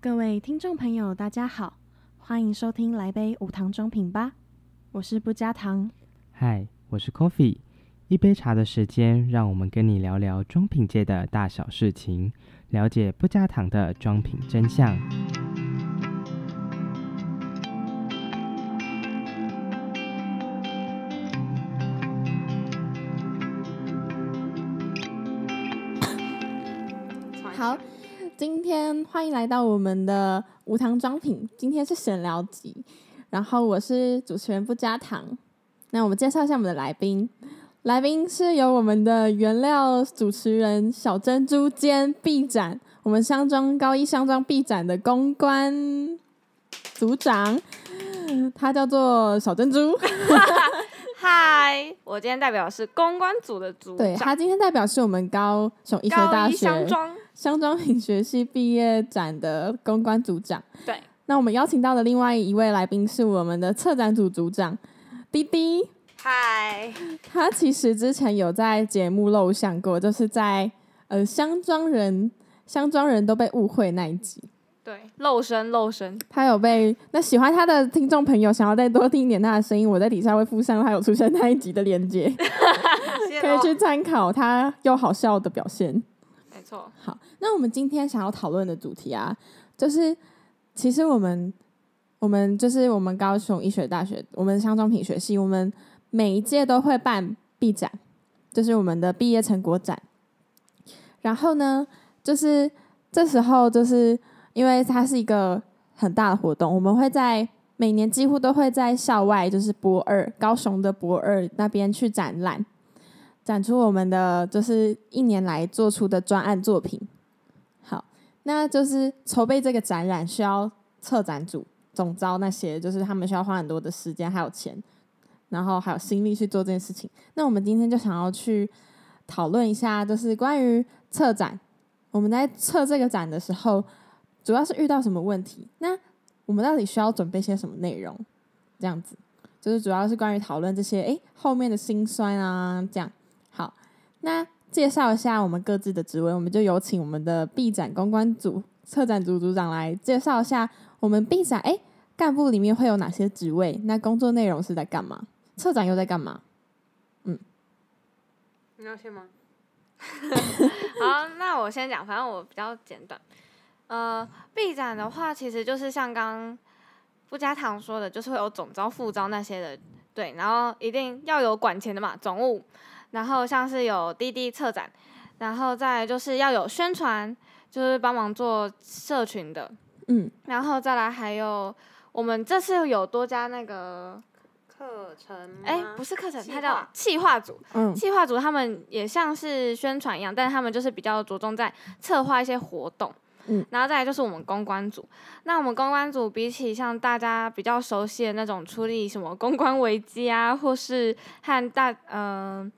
各位听众朋友，大家好，欢迎收听《来杯无糖中品》吧，我是不加糖。嗨，我是 Coffee，一杯茶的时间，让我们跟你聊聊装品界的大小事情，了解不加糖的装品真相。好，今天欢迎来到我们的无糖装品，今天是闲聊集，然后我是主持人不加糖。那我们介绍一下我们的来宾，来宾是由我们的原料主持人小珍珠兼 B 展，我们香中高一香中 B 展的公关组长，他叫做小珍珠。嗨，我今天代表是公关组的组对长，他今天代表是我们高雄医学高大一相学庄，香庄品学系毕业展的公关组长。对，那我们邀请到的另外一位来宾是我们的策展组组长滴滴，嗨，他其实之前有在节目露相过，就是在呃香庄人香庄人都被误会那一集。对，露声露声，他有被那喜欢他的听众朋友想要再多听一点他的声音，我在底下会附上他有出现那一集的链接，可以哦去参考他又好笑的表现。没错，好，那我们今天想要讨论的主题啊，就是其实我们我们就是我们高雄医学大学，我们香中品学系，我们每一届都会办毕展，就是我们的毕业成果展。然后呢，就是这时候就是因为它是一个很大的活动，我们会在每年几乎都会在校外，就是博二高雄的博二那边去展览。展出我们的就是一年来做出的专案作品。好，那就是筹备这个展览需要策展组、总招那些，就是他们需要花很多的时间还有钱，然后还有心力去做这件事情。那我们今天就想要去讨论一下，就是关于策展，我们在策这个展的时候，主要是遇到什么问题？那我们到底需要准备些什么内容？这样子。就是主要是关于讨论这些，诶，后面的辛酸啊，这样。好，那介绍一下我们各自的职位，我们就有请我们的 B 展公关组策展组组长来介绍一下我们 B 展哎干部里面会有哪些职位，那工作内容是在干嘛，策展又在干嘛？你要先吗？好，那我先讲，反正我比较简短。呃，B 展的话，其实就是像刚不加糖说的，就是会有总招、副招那些的，对，然后一定要有管钱的嘛，总务，然后像是有滴滴策展，然后再来就是要有宣传，就是帮忙做社群的，嗯，然后再来还有我们这次有多加那个，课程吗？哎、不是课程，企它叫划企划组，嗯企划组他们也像是宣传一样，但是他们就是比较着重在策划一些活动。嗯，然后再来就是我们公关组。那我们公关组比起像大家比较熟悉的那种处理什么公关危机啊，或是和大嗯、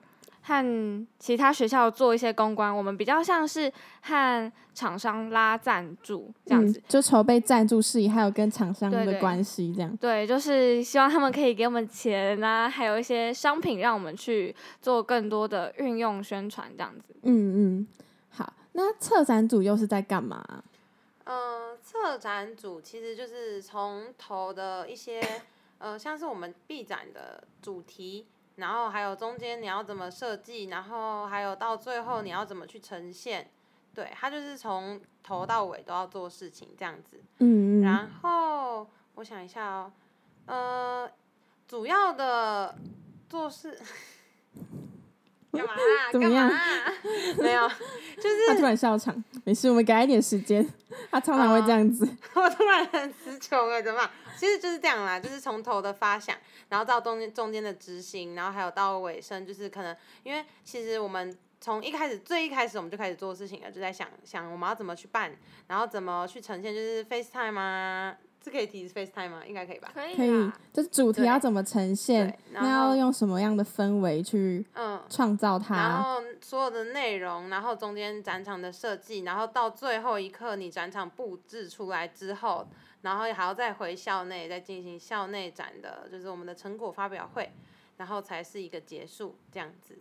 和其他学校做一些公关，我们比较像是和厂商拉赞助这样子。嗯，就筹备赞助事宜，还有跟厂商对的对关系这样。对，就是希望他们可以给我们钱啊，还有一些商品让我们去做更多的运用宣传这样子。嗯嗯，好，那策展组又是在干嘛啊？嗯，策展组其实就是从头的一些，呃，像是我们 B 展的主题，然后还有中间你要怎么设计，然后还有到最后你要怎么去呈现，对，它就是从头到尾都要做事情这样子。嗯嗯然后我想一下哦，呃，主要的做事 干嘛啦？怎么干嘛样啦？ 没有，就是啊他突然笑场，没事，我们给他一点时间， 他常常会这样子。 我突然很词穷了，怎么办？其实就是这样啦，就是从头的发想，然后到中间中间的执行，然后还有到尾声，就是可能因为其实我们从一开始最一开始我们就开始做事情了，就在想想我们要怎么去办，然后怎么去呈现，就是 FaceTime 啊，这可以提 FaceTime 吗？应该可以吧？可以啊可以啦，就是主题哎对要怎么呈现对，然那要后用什么样的氛围去嗯，创造然它。后所有的内容，然后中间展场的设计，然后到最后一刻你展场布置出来之后，然后还要再回校内再进行校内展的，就是我们的成果发表会，然后才是一个结束这样子。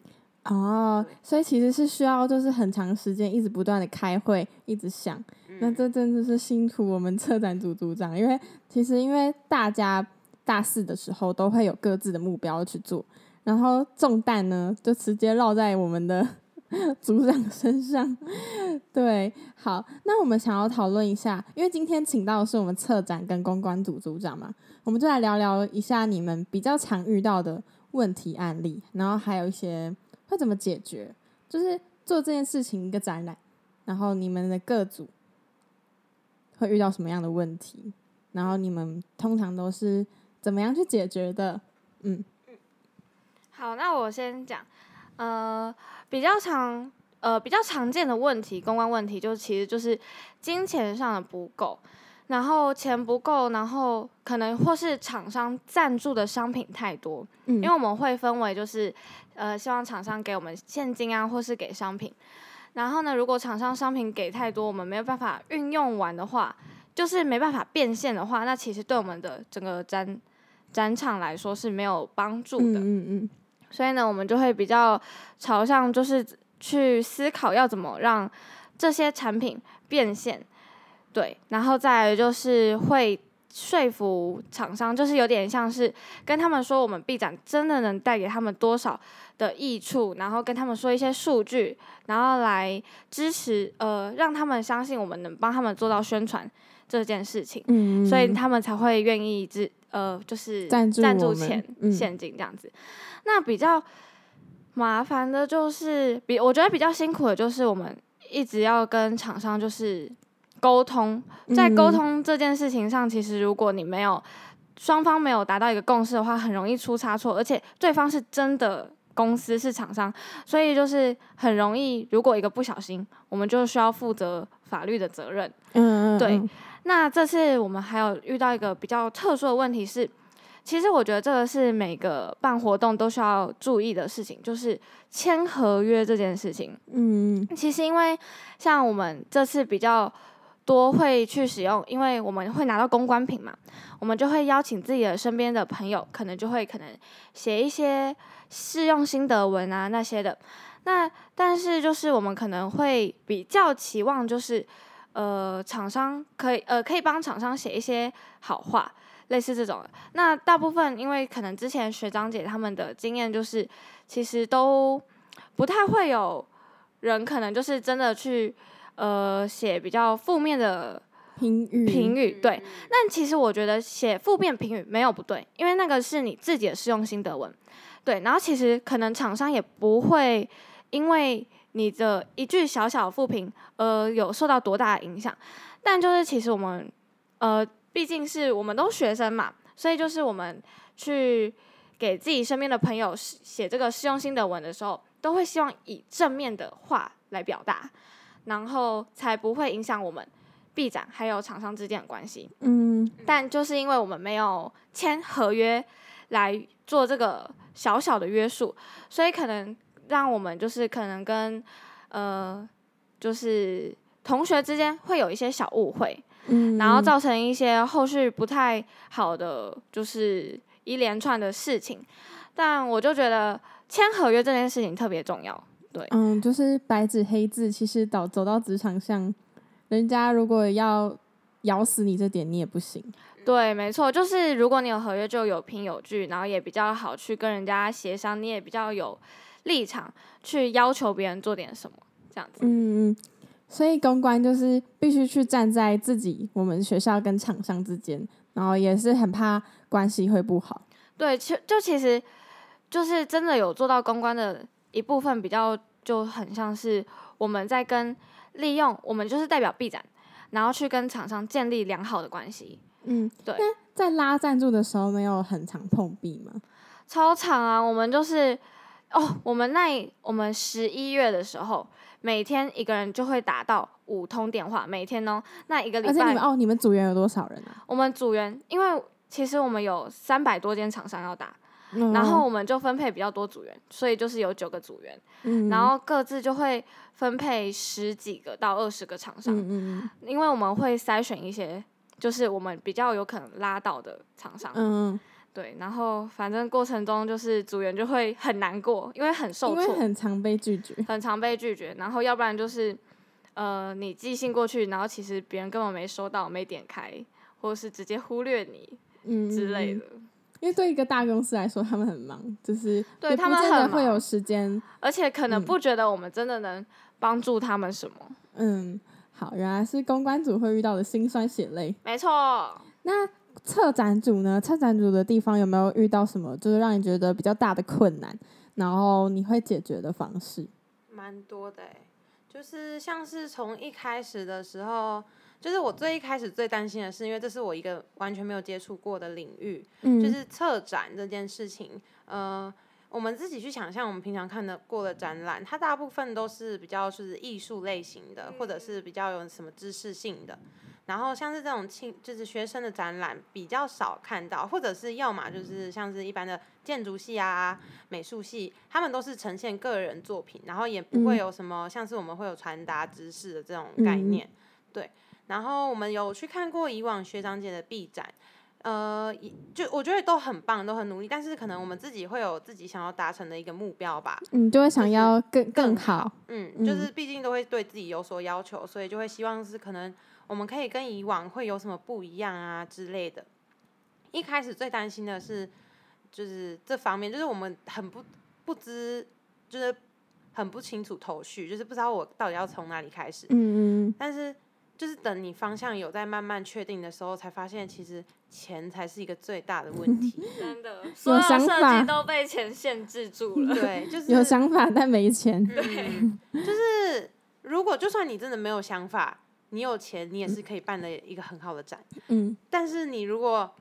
哦，所以其实是需要就是很长时间一直不断的开会，一直想。那嗯，这真的是辛苦我们策展组组长，因为其实因为大家大四的时候都会有各自的目标去做，然后重担呢就直接落在我们的 组长身上。对，好，那我们想要讨论一下，因为今天请到的是我们策展跟公关组组长嘛，我们就来聊聊一下你们比较常遇到的问题案例，然后还有一些会怎么解决，就是做这件事情一个展览，然后你们的各组。会遇到什么样的问题，然后你们通常都是怎么样去解决的？嗯，好，那我先讲，呃，比较常呃比较常见的问题，公关问题就其实就是金钱上的不够，然后钱不够，然后可能或是厂商赞助的商品太多，因因为我们会分为就是呃希望厂商给我们现金啊，或是给商品。然后呢，如果厂商商品给太多，我们没有办法运用完的话，就是没办法变现的话，那其实对我们的整个展展场来说是没有帮助的。嗯嗯所以呢，我们就会比较朝向就是去思考要怎么让这些产品变现，对，然后再来就是会说服厂商，就是有点像是跟他们说我们 B 展真的能带给他们多少的益处，然后跟他们说一些数据，然后来支持呃让他们相信我们能帮他们做到宣传这件事情。嗯，所以他们才会愿意支呃，就是赞助赞我助们钱、嗯现金这样子。那比较麻烦的就是比我觉得比较辛苦的就是我们一直要跟厂商就是沟通，在沟嗯通这件事情上，其实如果你没有双方没有达到一个共识的话，很容易出差错，而且对方是真的公司是厂商，所以就是很容易，如果一个不小心，我们就需要负责法律的责任。嗯嗯嗯对那这次我们还有遇到一个比较特殊的问题是，其实我觉得这个是每个办活动都需要注意的事情，就是签合约这件事情。嗯其实因为像我们这次比较多会去使用，因为我们会拿到公关品嘛，我们就会邀请自己的身边的朋友，可能就会可能写一些试用心得文啊那些的。那但是就是我们可能会比较期望就是。呃，厂商可以呃可以帮厂商写一些好话，类似这种的。那大部分因为可能之前学长姐他们的经验就是，其实都不太会有人可能就是真的去呃写比较负面的评语评语，对。嗯，但其实我觉得写负面评语没有不对，因为那个是你自己的试用心得文，对。然后其实可能厂商也不会因为你的一句小小的负评，呃，有受到多大的影响。但就是其实我们，呃，毕竟是我们都学生嘛，所以就是我们去给自己身边的朋友写写这个试用心得文的时候，都会希望以正面的话来表达，然后才不会影响我们。B 展还有厂商之间的关系，嗯但就是因为我们没有签合约来做这个小小的约束，所以可能让我们就是可能跟呃就是同学之间会有一些小误会，嗯，然后造成一些后续不太好的就是一连串的事情。但我就觉得签合约这件事情特别重要，嗯就是白纸黑字，其实到走到职场上，人家如果要咬死你这点，你也不行。对，没错，就是如果你有合约，就有凭有据，然后也比较好去跟人家协商，你也比较有立场去要求别人做点什么，这样子。嗯嗯，所以公关就是必须去站在自己我们学校跟厂商之间，然后也是很怕关系会不好。对，其就其实就是真的有做到公关的一部分，比较就很像是我们在跟利用我们就是代表 B 展，然后去跟厂商建立良好的关系。嗯，对那在拉赞助的时候，没有很常碰壁吗？超长啊，我们就是哦，我们那一我们十一月的时候，每天一个人就会打到五通电话，每天哦，那一个礼而且你拜们，哦，你们组员有多少人啊？我们组员，因为其实我们有三百多间厂商要打，嗯然后我们就分配比较多组员，所以就是有九个组员，嗯然后各自就会分配十几个到二十个厂商，嗯嗯因为我们会筛选一些。就是我们比较有可能拉到的厂商，嗯嗯对，然后反正过程中就是组员就会很难过，因为很受因挫，为很常被拒绝。很常被拒绝，然后要不然就是，呃，你寄信过去，然后其实别人根本没收到，没点开，或者是直接忽略你嗯之类的。因为对一个大公司来说，他们很忙，就是对也他不们见得很会忙有时间。而且可能嗯不觉得我们真的能帮助他们什么。嗯，好，原来是公关组会遇到的辛酸血泪。没错，那策展组呢？策展组的地方有没有遇到什么，就是让你觉得比较大的困难，然后你会解决的方式？蛮多的哎、就是像是从一开始的时候，就是我最一开始最担心的是，因为这是我一个完全没有接触过的领域，嗯就是策展这件事情，呃。我们自己去想象，我们平常看的过的展览，它大部分都是比较就是艺术类型的，嗯或者是比较有什么知识性的。然后像是这种青，就是学生的展览比较少看到，或者是要么就是像是一般的建筑系啊、美术系，他们都是呈现个人作品，然后也不会嗯有什么像是我们会有传达知识的这种概念。对，然后我们有去看过以往学长姐的 B 展，呃，也就我觉得都很棒，都很努力，但是可能我们自己会有自己想要达成的一个目标吧。嗯你就会想就是要更更好。嗯，就嗯是毕竟都会对自己有所要求，所以就会希望是可能我们可以跟以往会有什么不一样啊之类的。一开始最担心的是，就是这方面，就是我们很不不知，就是很不清楚头绪，就是不知道我到底要从哪里开始。嗯嗯，但是就是等你方向有在慢慢确定的时候，才发现其实钱才是一个最大的问题。 真的，所想设法计都被钱限制住 了。对，就是有想法但没钱。嗯，就是如果就算你真的没有想法，你有钱，你也是可以办的一个很好的展。 嗯但是你如果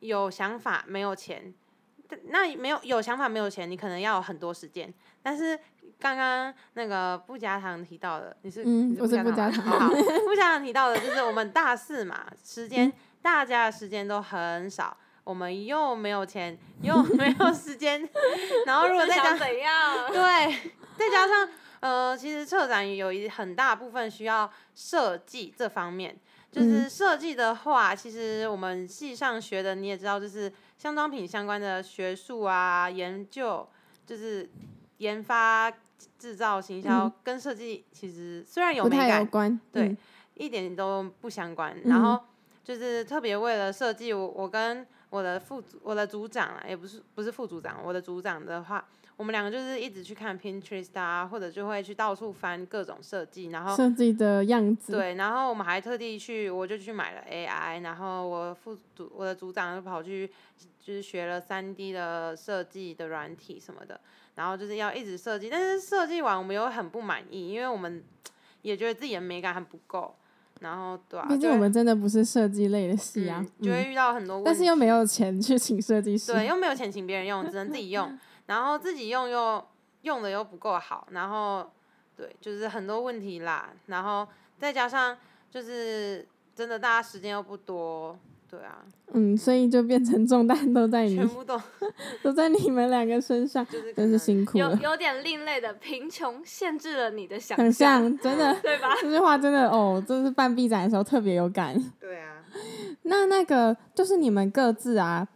有想法没有钱，但那没有有想法没有钱，你可能要有很多时间。但是刚刚那个布加堂提到的，你是嗯你我是布加布堂加吗，好，布加堂提到的就是我们大四嘛，时间大家的时间都很少。我们又没有钱，又没有时间， 然后如果是再加想怎 样？啊对，再加上呃，其实策展有一很大部分需要设计这方面。就是嗯设计的话，其实我们系上学的你也知道，就是香妆品相关的学术啊、研究，就是研发、制造、行销、嗯跟设计其实虽然有不美太有感，关。对嗯，一点都不相关。嗯然后就是特别为了设计，我我跟我的副组我的组长啊，也不是不是副组长，我的组长的话，我们两个就是一直去看 Pinterest 啊，或者就会去到处翻各种设计，然后设计的样子。，对，然后我们还特地去，我就去买了 AI，然后我副组我的组长就跑去就是学了三 D 的设计的软体什么的，然后就是要一直设计，但是设计完我们又很不满意，因为我们也觉得自己的美感还不够，然后对啊，毕就竟会我们真的不是设计类的系啊嗯，就会嗯遇到很多问题，但是又没有钱去请设计师。 对，又没有钱请别人用，只能自己用，然后自己用又用的又不够好，然后对，就是很多问题啦，然后再加上就是真的大家时间又不多，对啊，嗯，所以就变成重担都在哎你全，部都 都在你们两个身上，就是可真是能辛苦有了。有点另类的贫穷限制了你的想想象，象真的对吧？ 这句话真的哦，真是办 B 展的时候特别有感。对啊，那那个就是你们各自啊，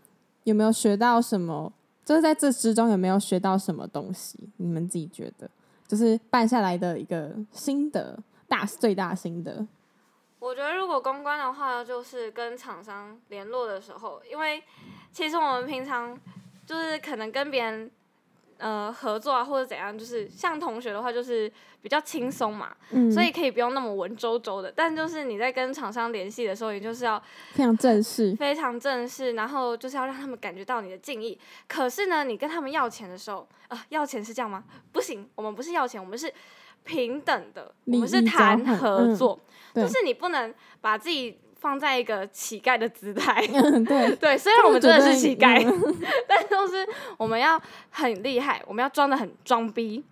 有没有学到什么？就是在这之中有没有学到什么东西？你们自己觉得，就是办下来的一个心得，大最大心得。我觉得如果公关的话，就是跟厂商联络的时候，因为其实我们平常就是可能跟别人呃合作啊，或者怎样，就是像同学的话，就是比较轻松嘛，嗯所以可以不用那么文绉绉的。但就是你在跟厂商联系的时候，你就是要非常正式。非常正式，然后就是要让他们感觉到你的敬意。可是呢，你跟他们要钱的时候，啊、要钱是这样吗？不行，我们不是要钱，我们是平等的，我利们是益交谈换合嗯作，对就是你不能把自己放在一个乞丐的姿 态。嗯，对， 对，虽然我们真的是乞丐，嗯 但就是我们要很厉害，我们要装的很装逼，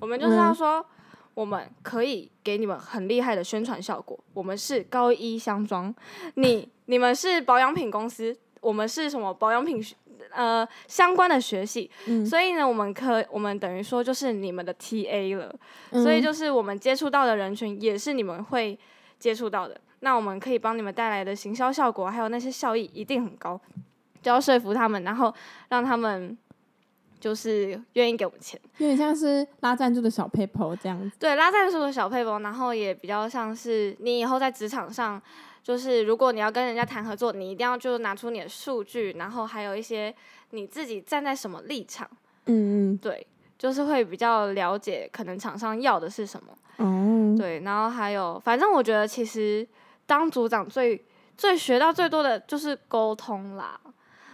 我们就是要嗯说。我们可以给你们很厉害的宣传效果。我们是高一香妆，你你们是保养品公司，我们是什么保养品学呃相关的学系，嗯所以呢，我们可我们等于说就是你们的 TA 了。嗯所以就是我们接触到的人群也是你们会接触到的。那我们可以帮你们带来的行销效果，还有那些效益一定很高。就要说服他们，然后让他们就是愿意给我们钱。有点像是拉赞助的小 paper 这样子。对，拉赞助的小配包，然后也比较像是你以后在职场上，就是如果你要跟人家谈合作，你一定要就拿出你的数据，然后还有一些你自己站在什么立场，嗯对，就是会比较了解可能厂商要的是什么。嗯，哦，对，然后还有，反正我觉得其实当组长最最学到最多的就是沟通啦，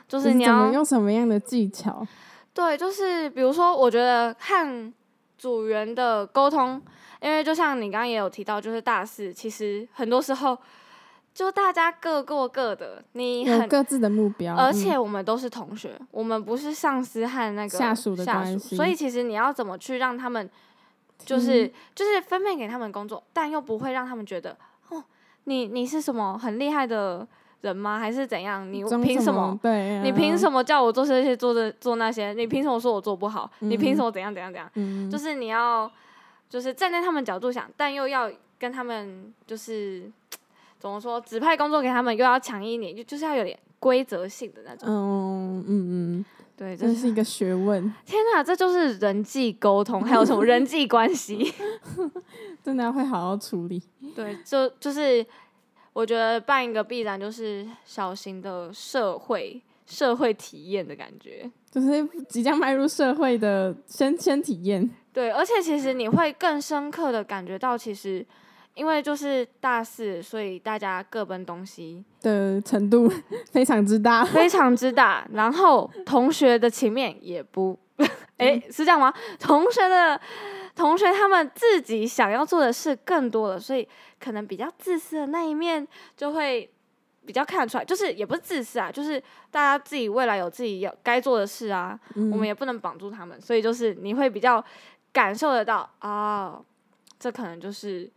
就就是你怎要么用什么样的技巧？对，就是比如说，我觉得和组员的沟通，因为就像你刚刚也有提到，就是大四其实很多时候就大家各过各的，你有很。各自的目标，而嗯且我们都是同学，我们不是上司和那个下属的关系所以其实你要怎么去让他们，嗯就是、就是分配给他们工作，但又不会让他们觉得，哦，你你是什么很厉害的人吗？还是怎样？你装凭什么？对啊，你凭什么叫我做这些做这做那些？你凭什么说我做不好？你凭嗯什么怎样怎样怎样？嗯，就是是你要，就是站在他们角度想，但又要跟他们就是怎么说，指派工作给他们，又要强硬一点，就就是要有点规则性的那种。嗯嗯嗯，对，这真是是一个学问，天哪，这就是人际沟通，还有什么人际关系？真的要会好好处理。对，就就是我觉得办一个必然就是小型的社会社会体验的感觉。就是即将迈入社会的先先体验，对，而且其实你会更深刻的感觉到，其实因为就是大四，所以大家各奔东西，的程度 非常之大。非常之大。然后同学的情面也不， 诶，嗯是这样吗？同学的同学他们自己想要做的事更多了，所以可能比较自私的那一面就会。比较看得出来，就是也不是自私啊，就是大家自己未来有自己要该做的事啊，嗯我们也不能绑住他们，所以就是你会比较感受得到哦，这可能就是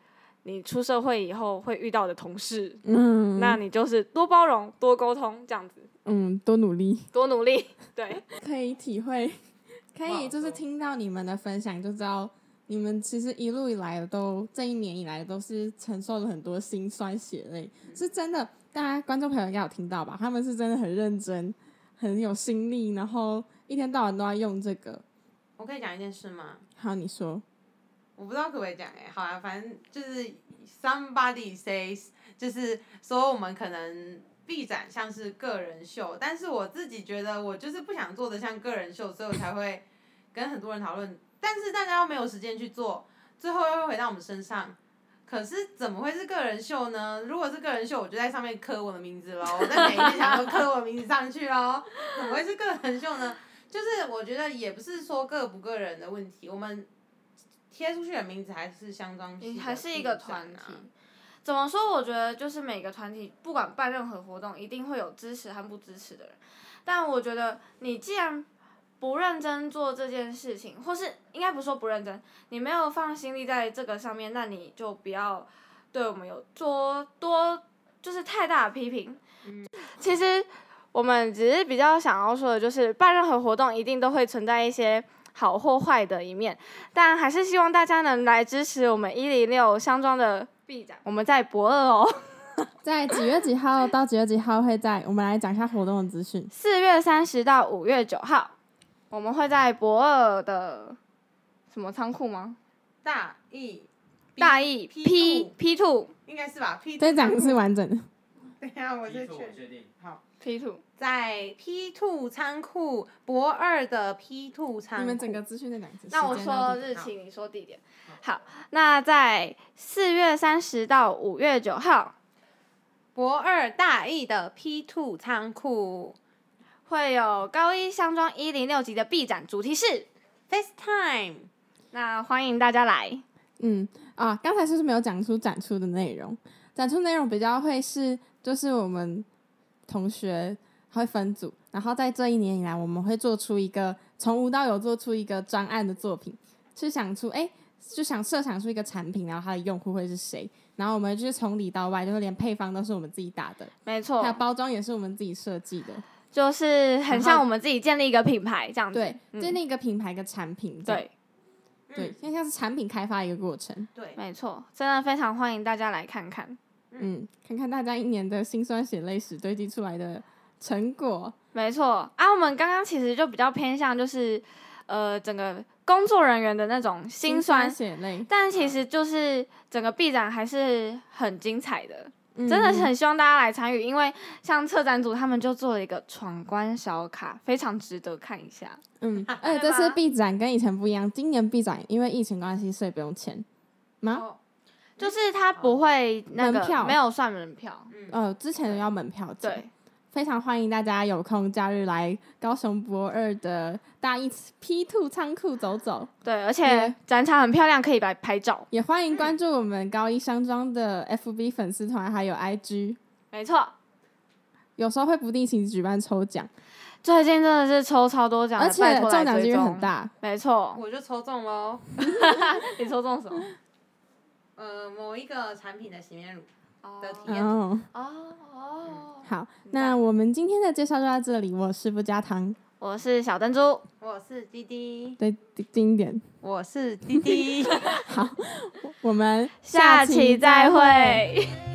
你出社会以后会遇到的同事，嗯，那你就是多包容、多沟通，这样子，嗯多努力，多努 力，对，可以体会，可以哇就是听到你们的分享就知道，你们其实一路以来都这一年以来都是承受了很多辛酸血泪，是真的。大家观众朋友应该有听到吧？他们是真的很认真，很有心力，然后一天到晚都在用这个。我可以讲一件事吗？好，你说，我不知道可不可以讲哎、好啊，反正就是 somebody says，就是说我们可能必展像是个人秀，但是我自己觉得我就是不想做的像个人秀，所以我才会跟很多人讨论，但是大家又没有时间去做，最后又会回到我们身上。可是怎么会是个人秀呢？如果是个人秀，我就在上面刻我的名字喽，我在每一天想都刻我的名字上去喽。怎么会是个人秀呢？就是我觉得也不是说个不个人的问题，我们贴出去的名字还是相当系嗯的还是一个进展团啊体。怎么说？我觉得就是每个团体，不管办任何活动，一定会有支持和不支持的人。但我觉得你既然不认真做这件事情，或是应该不是说不认真，你没有放心力在这个上面，那你就不要对我们有多多就是太大的批评。 其实我们只是比较想要说的，就是办任何活动一定都会存在一些好或坏的一面，但还是希望大家能来支持我们一零六香庄的臂展，我们在博二哦。在几月几号到几月几号会在？我们来讲一下活动的资讯。四月三十到五月九号，我们会在博二的什么仓库吗？大意，大义 P P two P two 应该是吧？P 这讲是完整的，嗯等一下我就我去确定。 P two，在 P two 仓库博二的 P two 仓库。你们整个资讯在讲一次。那我时间到说底日期，你说地点。好，那在四月三十到五月九号博二大意的 P two 仓库会有高一香庄一零六级的臂展主题式， FaceTime。那欢迎大家来。嗯啊，刚才是不是没有讲出展出的内容？展出内容比较会是，就是我们同学会分组，然后在这一年以来，我们会做出一个从无到有做出一个专案的作品，去想出哎、就想设想出一个产品，然后它的用户会是谁，然后我们就是从里到外，就是连配方都是我们自己打的，没错还，有包装也是我们自己设计的，就是很然像后我们自己建立一个品牌这样子。对，嗯建立一个品牌跟产品这样，对，嗯对，现在像是产品开发一个过程。对，没错，真的非常欢迎大家来看看。嗯嗯，看看大家一年的辛酸血泪史堆积出来的成果，没错啊，我们刚刚其实就比较偏向就是呃整个工作人员的那种辛酸，血泪，但其实就是整个毕展还是很精彩的，嗯真的是很希望大家来参与，因为像策展组他们就做了一个闯关小卡，非常值得看一下。 嗯，而且这次闭展跟以前不一样，今年闭展因为疫情关系，所以不用钱吗？哦，就是他不会那门票个没有算门票，呃，之前要门票钱，嗯对，非常欢迎大家有空假日来高雄博二的大一 P Two 仓库走走，对，而且也展场很漂亮，可以来拍照。也欢迎关注我们高一商庄的 FB 粉丝团还有 IG，没错，有时候会不定期举办抽奖，最近真的是抽超多奖的，而且啊拜托中来奖几追率踪很。大。没错，我就抽中喽。你抽中什么？呃，某一个产品的洗面乳，的体验哦，哦哦，好，那我们今天的介绍就到这里。我是不加糖，我是小珍珠，我是滴滴，对，经典。我是滴滴。我们下期再会。会。